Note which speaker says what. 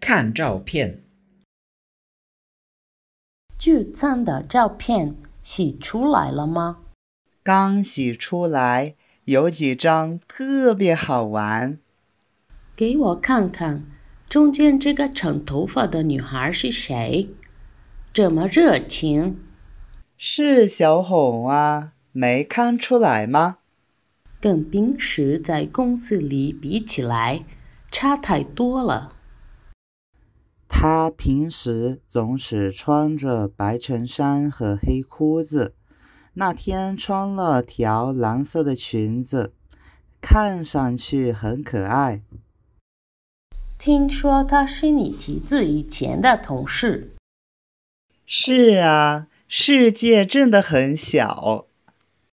Speaker 1: 看照片。
Speaker 2: 聚餐的照片洗出来了吗？
Speaker 3: 刚洗出来，有几张特别好玩。
Speaker 2: 给我看看，中间这个长头发的女孩是谁？这么热情，
Speaker 3: 是小红啊，没看出来吗？
Speaker 2: 跟平时在公司里比起来，差太多了。
Speaker 4: 他平时总是穿着白衬衫和黑裤子，那天穿了条蓝色的裙子，看上去很可爱。
Speaker 2: 听说他是你侄子以前的同事。
Speaker 3: 是啊，世界真的很小。